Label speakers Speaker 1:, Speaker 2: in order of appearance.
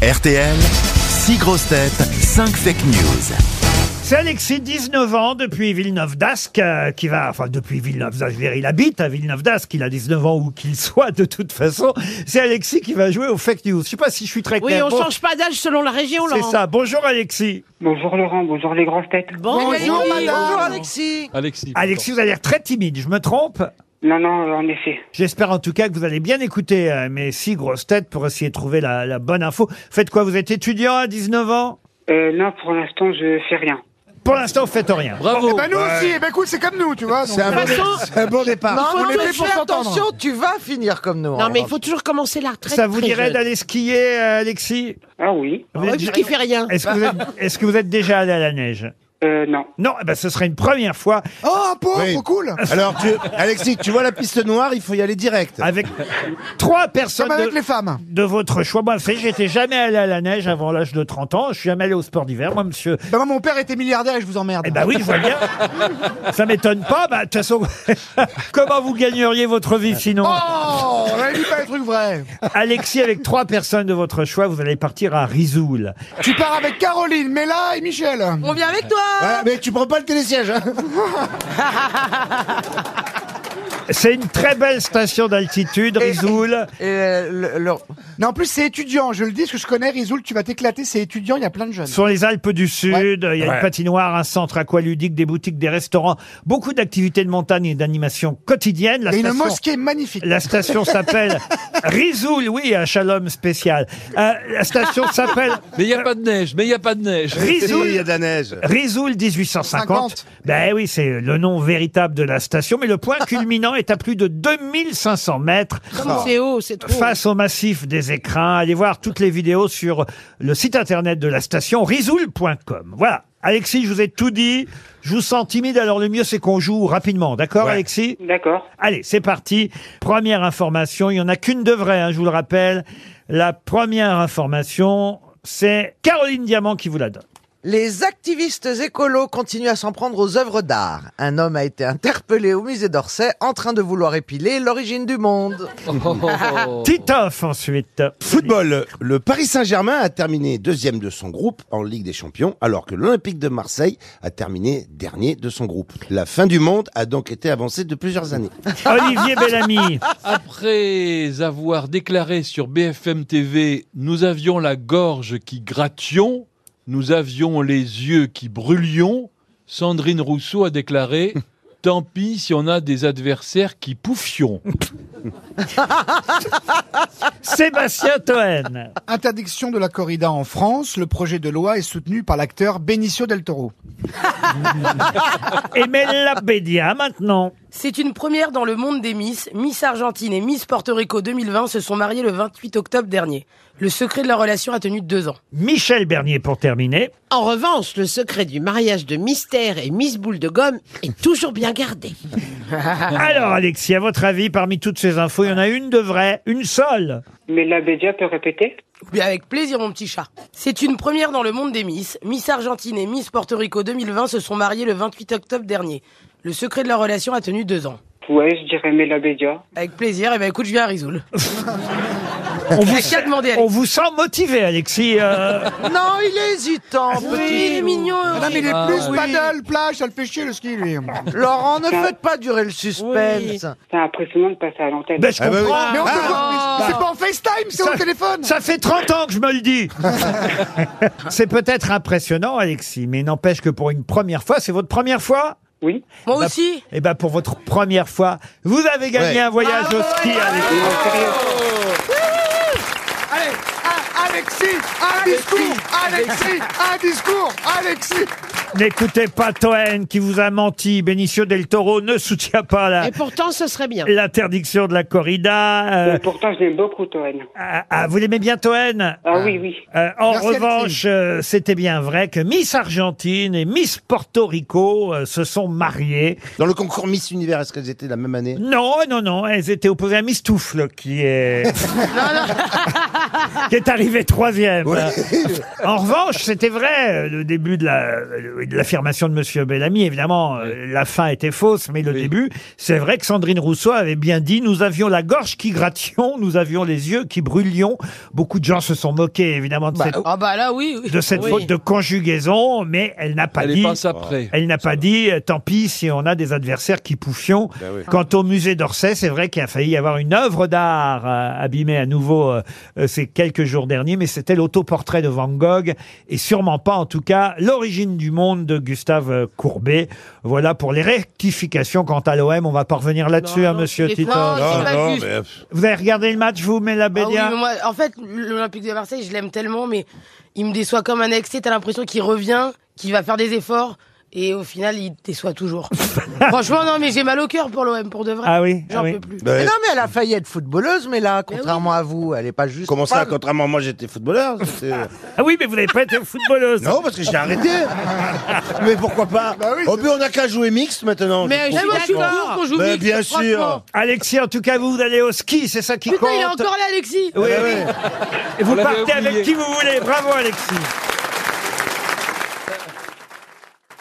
Speaker 1: RTL, 6 grosses têtes, 5 fake news.
Speaker 2: C'est Alexis, 19 ans, depuis Villeneuve-d'Ascq, euh, qui va, enfin depuis Villeneuve-d'Ascq, je veux dire, il habite à Villeneuve-d'Ascq, il a 19 ans ou qu'il soit de toute façon. C'est Alexis qui va jouer aux fake news. Je sais pas si je suis très
Speaker 3: Oui,
Speaker 2: clair.
Speaker 3: on
Speaker 2: Bon,
Speaker 3: change pas d'âge selon la région,
Speaker 2: C'est
Speaker 3: Laurent.
Speaker 2: ça. Bonjour Alexis.
Speaker 4: Bonjour Laurent, bonjour les grosses têtes.
Speaker 3: Bon,
Speaker 2: Bonjour,
Speaker 3: Alexis,
Speaker 2: madame.
Speaker 3: bonjour, Alexis.
Speaker 5: Alexis.
Speaker 2: Alexis, vous avez l'air très timide, je me trompe
Speaker 4: Non, non, en effet.
Speaker 2: J'espère en tout cas que vous allez bien écouter euh, mes six grosses têtes pour essayer de trouver la, la bonne info. Faites quoi Vous êtes étudiant à 19 ans
Speaker 4: Euh, non, pour l'instant, je fais rien.
Speaker 2: Pour l'instant, vous faites rien.
Speaker 5: Bravo.
Speaker 6: Eh ben nous aussi, eh ben écoute, c'est comme nous, tu vois. donc,
Speaker 7: C'est un, bon,
Speaker 3: toute façon-
Speaker 7: dé- c'est un bon départ.
Speaker 6: Non,
Speaker 3: faut
Speaker 6: on est
Speaker 3: toujours
Speaker 6: fait pour
Speaker 3: faire
Speaker 6: s'entendre.
Speaker 7: Attention, tu vas finir comme nous. hein.
Speaker 3: Non, mais il
Speaker 7: Europe.
Speaker 3: faut toujours commencer la retraite.
Speaker 2: Ça vous
Speaker 3: très
Speaker 2: dirait
Speaker 3: jeune.
Speaker 2: d'aller skier, euh, Alexis
Speaker 4: Ah oui
Speaker 2: Vous
Speaker 3: Ouais,
Speaker 2: êtes-
Speaker 3: puisqu'il fait rien.
Speaker 2: Est-ce que, vous êtes- est-ce que vous êtes déjà allé à la neige
Speaker 4: Euh, non.
Speaker 2: Non, eh ben, ce serait une première fois
Speaker 6: Oh, un pauvre,
Speaker 7: Oui.
Speaker 6: cool.
Speaker 7: Alors, tu... Alexis, tu vois la piste noire, il faut y aller direct.
Speaker 2: avec trois personnes
Speaker 6: Comme avec
Speaker 2: de,
Speaker 6: les femmes.
Speaker 2: de votre choix. Moi, vous savez, j'étais jamais allé à la neige avant l'âge de 30 ans. Je suis jamais allé au sport d'hiver, moi, monsieur.
Speaker 6: Ben, moi, mon père était milliardaire et je vous emmerde.
Speaker 2: Eh ben oui, je vois bien. Ça m'étonne pas. Bah, de toute façon, comment vous gagneriez votre vie sinon
Speaker 6: Oh, on avait dit pas les trucs vrais.
Speaker 2: Alexis, avec trois personnes de votre choix, vous allez partir à Risoul.
Speaker 6: Tu pars avec Caroline, Mela et Michel.
Speaker 3: On vient avec toi
Speaker 7: Ouais, mais tu prends pas le télésiège. Hein
Speaker 2: C'est une très belle station d'altitude, Risoul.
Speaker 7: Et euh, le- le-
Speaker 6: Non, en plus, c'est étudiant. Je le dis, parce que je connais Rizoul, tu vas t'éclater. C'est étudiant, il y a plein de jeunes.
Speaker 2: Ce sont les Alpes du Sud. Il y a une
Speaker 7: Ouais.
Speaker 2: patinoire, un centre aqualudique, des boutiques, des restaurants, beaucoup d'activités de montagne et d'animation quotidienne. La
Speaker 6: Et une
Speaker 2: station-
Speaker 6: mosquée magnifique.
Speaker 2: La station s'appelle Rizoul, oui, un shalom spécial. Euh, la station s'appelle
Speaker 5: Mais il n'y a pas de neige, mais il n'y a pas de neige.
Speaker 7: Si, il y a
Speaker 2: Rizoul.
Speaker 7: de la neige.
Speaker 2: Rizoul 1850.
Speaker 6: 50.
Speaker 2: Ben oui, c'est le nom véritable de la station, mais le point culminant est à plus de 2500 mètres
Speaker 3: C'est haut, c'est trop.
Speaker 2: face au massif des écrins. Allez voir toutes les vidéos sur le site internet de la station risoul.com. Voilà. Alexis, je vous ai tout dit. Je vous sens timide, alors le mieux c'est qu'on joue rapidement. D'accord, Alexis
Speaker 4: D'accord.
Speaker 2: Allez, c'est parti. Première information. Il n'y en a qu'une de vraie, hein, je vous le rappelle. La première information, c'est Caroline Diamant qui vous la donne.
Speaker 7: Les activistes écolos continuent à s'en prendre aux œuvres d'art. Un homme a été interpellé au musée d'Orsay en train de vouloir épiler l'origine du monde.
Speaker 5: Oh.
Speaker 2: Titoff ensuite.
Speaker 8: Football. Le Paris Saint-Germain a terminé deuxième de son groupe en Ligue des Champions, alors que l'Olympique de Marseille a terminé dernier de son groupe. La fin du monde a donc été avancée de plusieurs années.
Speaker 2: Olivier Bellamy.
Speaker 5: Après avoir déclaré sur BFM TV Nous avions la gorge qui grattions, nous avions les yeux qui brûlions, Sandrine Rousseau a déclaré Tant pis si on a des adversaires qui pouffions.
Speaker 2: Sébastien Toen.
Speaker 6: Interdiction de la corrida en France. Le projet de loi est soutenu par l'acteur Benicio del Toro.
Speaker 2: Emel Bédia maintenant.
Speaker 9: C'est une première dans le monde des Miss. Miss Argentine et Miss Porto Rico 2020 se sont mariées le 28 octobre dernier. Le secret de leur relation a tenu deux ans.
Speaker 2: Michel Bernier pour terminer.
Speaker 3: En revanche, le secret du mariage de Mystère et Miss Boule de Gomme est toujours bien gardé.
Speaker 2: Alors Alexis, à votre avis, parmi toutes ces infos, il y en a une de vraie, une seule.
Speaker 4: Mais la Bédia peut répéter
Speaker 9: Mais avec plaisir, mon petit chat. C'est une première dans le monde des Miss. Miss Argentine et Miss Porto Rico 2020 se sont mariées le 28 octobre dernier. Le secret de leur relation a tenu deux ans.
Speaker 4: Ouais, je dirais mais la Bédia.
Speaker 9: Avec plaisir, et ben écoute, je viens à Risoul.
Speaker 2: On vous,
Speaker 9: T'as qu'à demander, Alexis.
Speaker 2: on vous sent motivé Alexis. euh.
Speaker 7: Non, il est hésitant,
Speaker 9: Oui, il
Speaker 7: petit.
Speaker 9: est mignon.
Speaker 6: Ah Non, mais il est
Speaker 5: Ah,
Speaker 6: plus
Speaker 5: oui.
Speaker 6: paddle, plage, ça le fait chier le ski, lui.
Speaker 7: Laurent, ne faites pas durer le suspense.
Speaker 4: C'est impressionnant de passer à l'antenne.
Speaker 2: Ben, je
Speaker 7: Ah bah oui.
Speaker 2: comprends.
Speaker 6: Mais on te
Speaker 7: Ah,
Speaker 6: voit, mais c'est pas en FaceTime, c'est
Speaker 2: Ça-
Speaker 6: au téléphone.
Speaker 2: Ça fait 30 ans que je me le dis. c'est peut-être impressionnant, Alexis, mais n'empêche que pour une première fois, c'est votre première fois
Speaker 4: Oui.
Speaker 9: Moi
Speaker 2: Bah,
Speaker 9: aussi.
Speaker 2: Eh ben pour votre première fois, vous avez gagné
Speaker 7: Ouais.
Speaker 2: un voyage au ski, Alexis.
Speaker 4: Non, sérieux.
Speaker 6: Allez, un- Alexis, un discours, Alexis, un discours, Alexis.
Speaker 2: N'écoutez pas Toen qui vous a menti. Benicio del Toro ne soutient pas la-
Speaker 3: Et pourtant, ce serait bien.
Speaker 2: L'interdiction de la corrida. Euh,
Speaker 4: Mais pourtant, je l'aime beaucoup, Toen.
Speaker 2: ah, ah, vous l'aimez bien, Toen
Speaker 4: Ah oui, oui.
Speaker 2: Euh, en
Speaker 6: Merci,
Speaker 2: revanche, euh, c'était bien vrai que Miss Argentine et Miss Porto Rico euh, se sont mariées.
Speaker 8: Dans le concours Miss Univers, est-ce qu'elles étaient la même année
Speaker 2: Non, non, non, elles étaient opposées à Miss Touffle, qui est... qui est arrivé troisième. Euh, En revanche, c'était vrai, euh, le début de la- euh, de l'affirmation de, Monsieur Bellamy, évidemment, euh, la fin était fausse, mais le début, c'est vrai que Sandrine Rousseau avait bien dit, nous avions la gorge qui grattions, nous avions les yeux qui brûlions. Beaucoup de gens se sont moqués, évidemment, de cette,
Speaker 3: Ah bah là oui. oui.
Speaker 2: de cette
Speaker 3: Oui.
Speaker 2: faute de conjugaison, mais elle n'a pas
Speaker 5: Elle
Speaker 2: dit...
Speaker 5: est passe après.
Speaker 2: Elle n'a pas dit, euh, tant pis si on a des adversaires qui pouffions.
Speaker 7: Ben oui.
Speaker 2: Quant au musée d'Orsay, c'est vrai qu'il a failli y avoir une œuvre d'art euh, abîmée à nouveau euh, euh, ces quelques jours derniers, mais c'était l'autoportrait de Van Gogh et sûrement pas en tout cas l'origine du monde de Gustave euh, Courbet. Voilà pour les rectifications quant à l'OM. On va pas revenir là-dessus,
Speaker 3: Non,
Speaker 2: hein,
Speaker 3: non,
Speaker 2: monsieur
Speaker 3: c'est
Speaker 2: Tito.
Speaker 3: pas- c'est
Speaker 7: Non,
Speaker 3: pas
Speaker 7: non,
Speaker 3: juste.
Speaker 7: mais,
Speaker 2: Vous avez regardé le match, vous,
Speaker 3: Ah oui,
Speaker 2: Mélabédia
Speaker 3: mais moi, en fait, l'Olympique de Marseille, je l'aime tellement, mais il me déçoit comme un excès. T'as l'impression qu'il revient, qu'il va faire des efforts, et au final, il te déçoit toujours. Franchement, non, mais j'ai mal au cœur pour l'OM, pour de vrai.
Speaker 2: Ah oui,
Speaker 3: J'en
Speaker 2: ah oui.
Speaker 3: peux plus.
Speaker 10: Mais
Speaker 7: ben,
Speaker 10: non, mais elle a failli être footballeuse, mais là, contrairement à vous, elle est pas juste.
Speaker 7: comment ça,
Speaker 10: fan.
Speaker 7: contrairement à moi, j'étais footballeur c'était-
Speaker 2: Ah oui, mais vous n'avez pas été footballeuse.
Speaker 7: Non, parce que j'ai arrêté. mais pourquoi pas Au but, on n'a qu'à jouer mixte maintenant.
Speaker 11: Mais
Speaker 3: Mais moi, je suis
Speaker 7: franchement.
Speaker 3: pour qu'on joue
Speaker 7: Mais
Speaker 3: mixte,
Speaker 7: Ben, bien
Speaker 3: franchement.
Speaker 7: sûr.
Speaker 2: Alexis, en tout cas, vous, vous allez au ski, c'est ça qui compte.
Speaker 9: Ah,
Speaker 3: Putain, il est encore là, Alexis
Speaker 2: Oui,
Speaker 7: Ben
Speaker 2: oui.
Speaker 7: ouais.
Speaker 2: Et
Speaker 5: On
Speaker 2: vous
Speaker 5: l'avait
Speaker 2: partez avec
Speaker 5: oublié.
Speaker 2: qui vous voulez. Bravo, Alexis.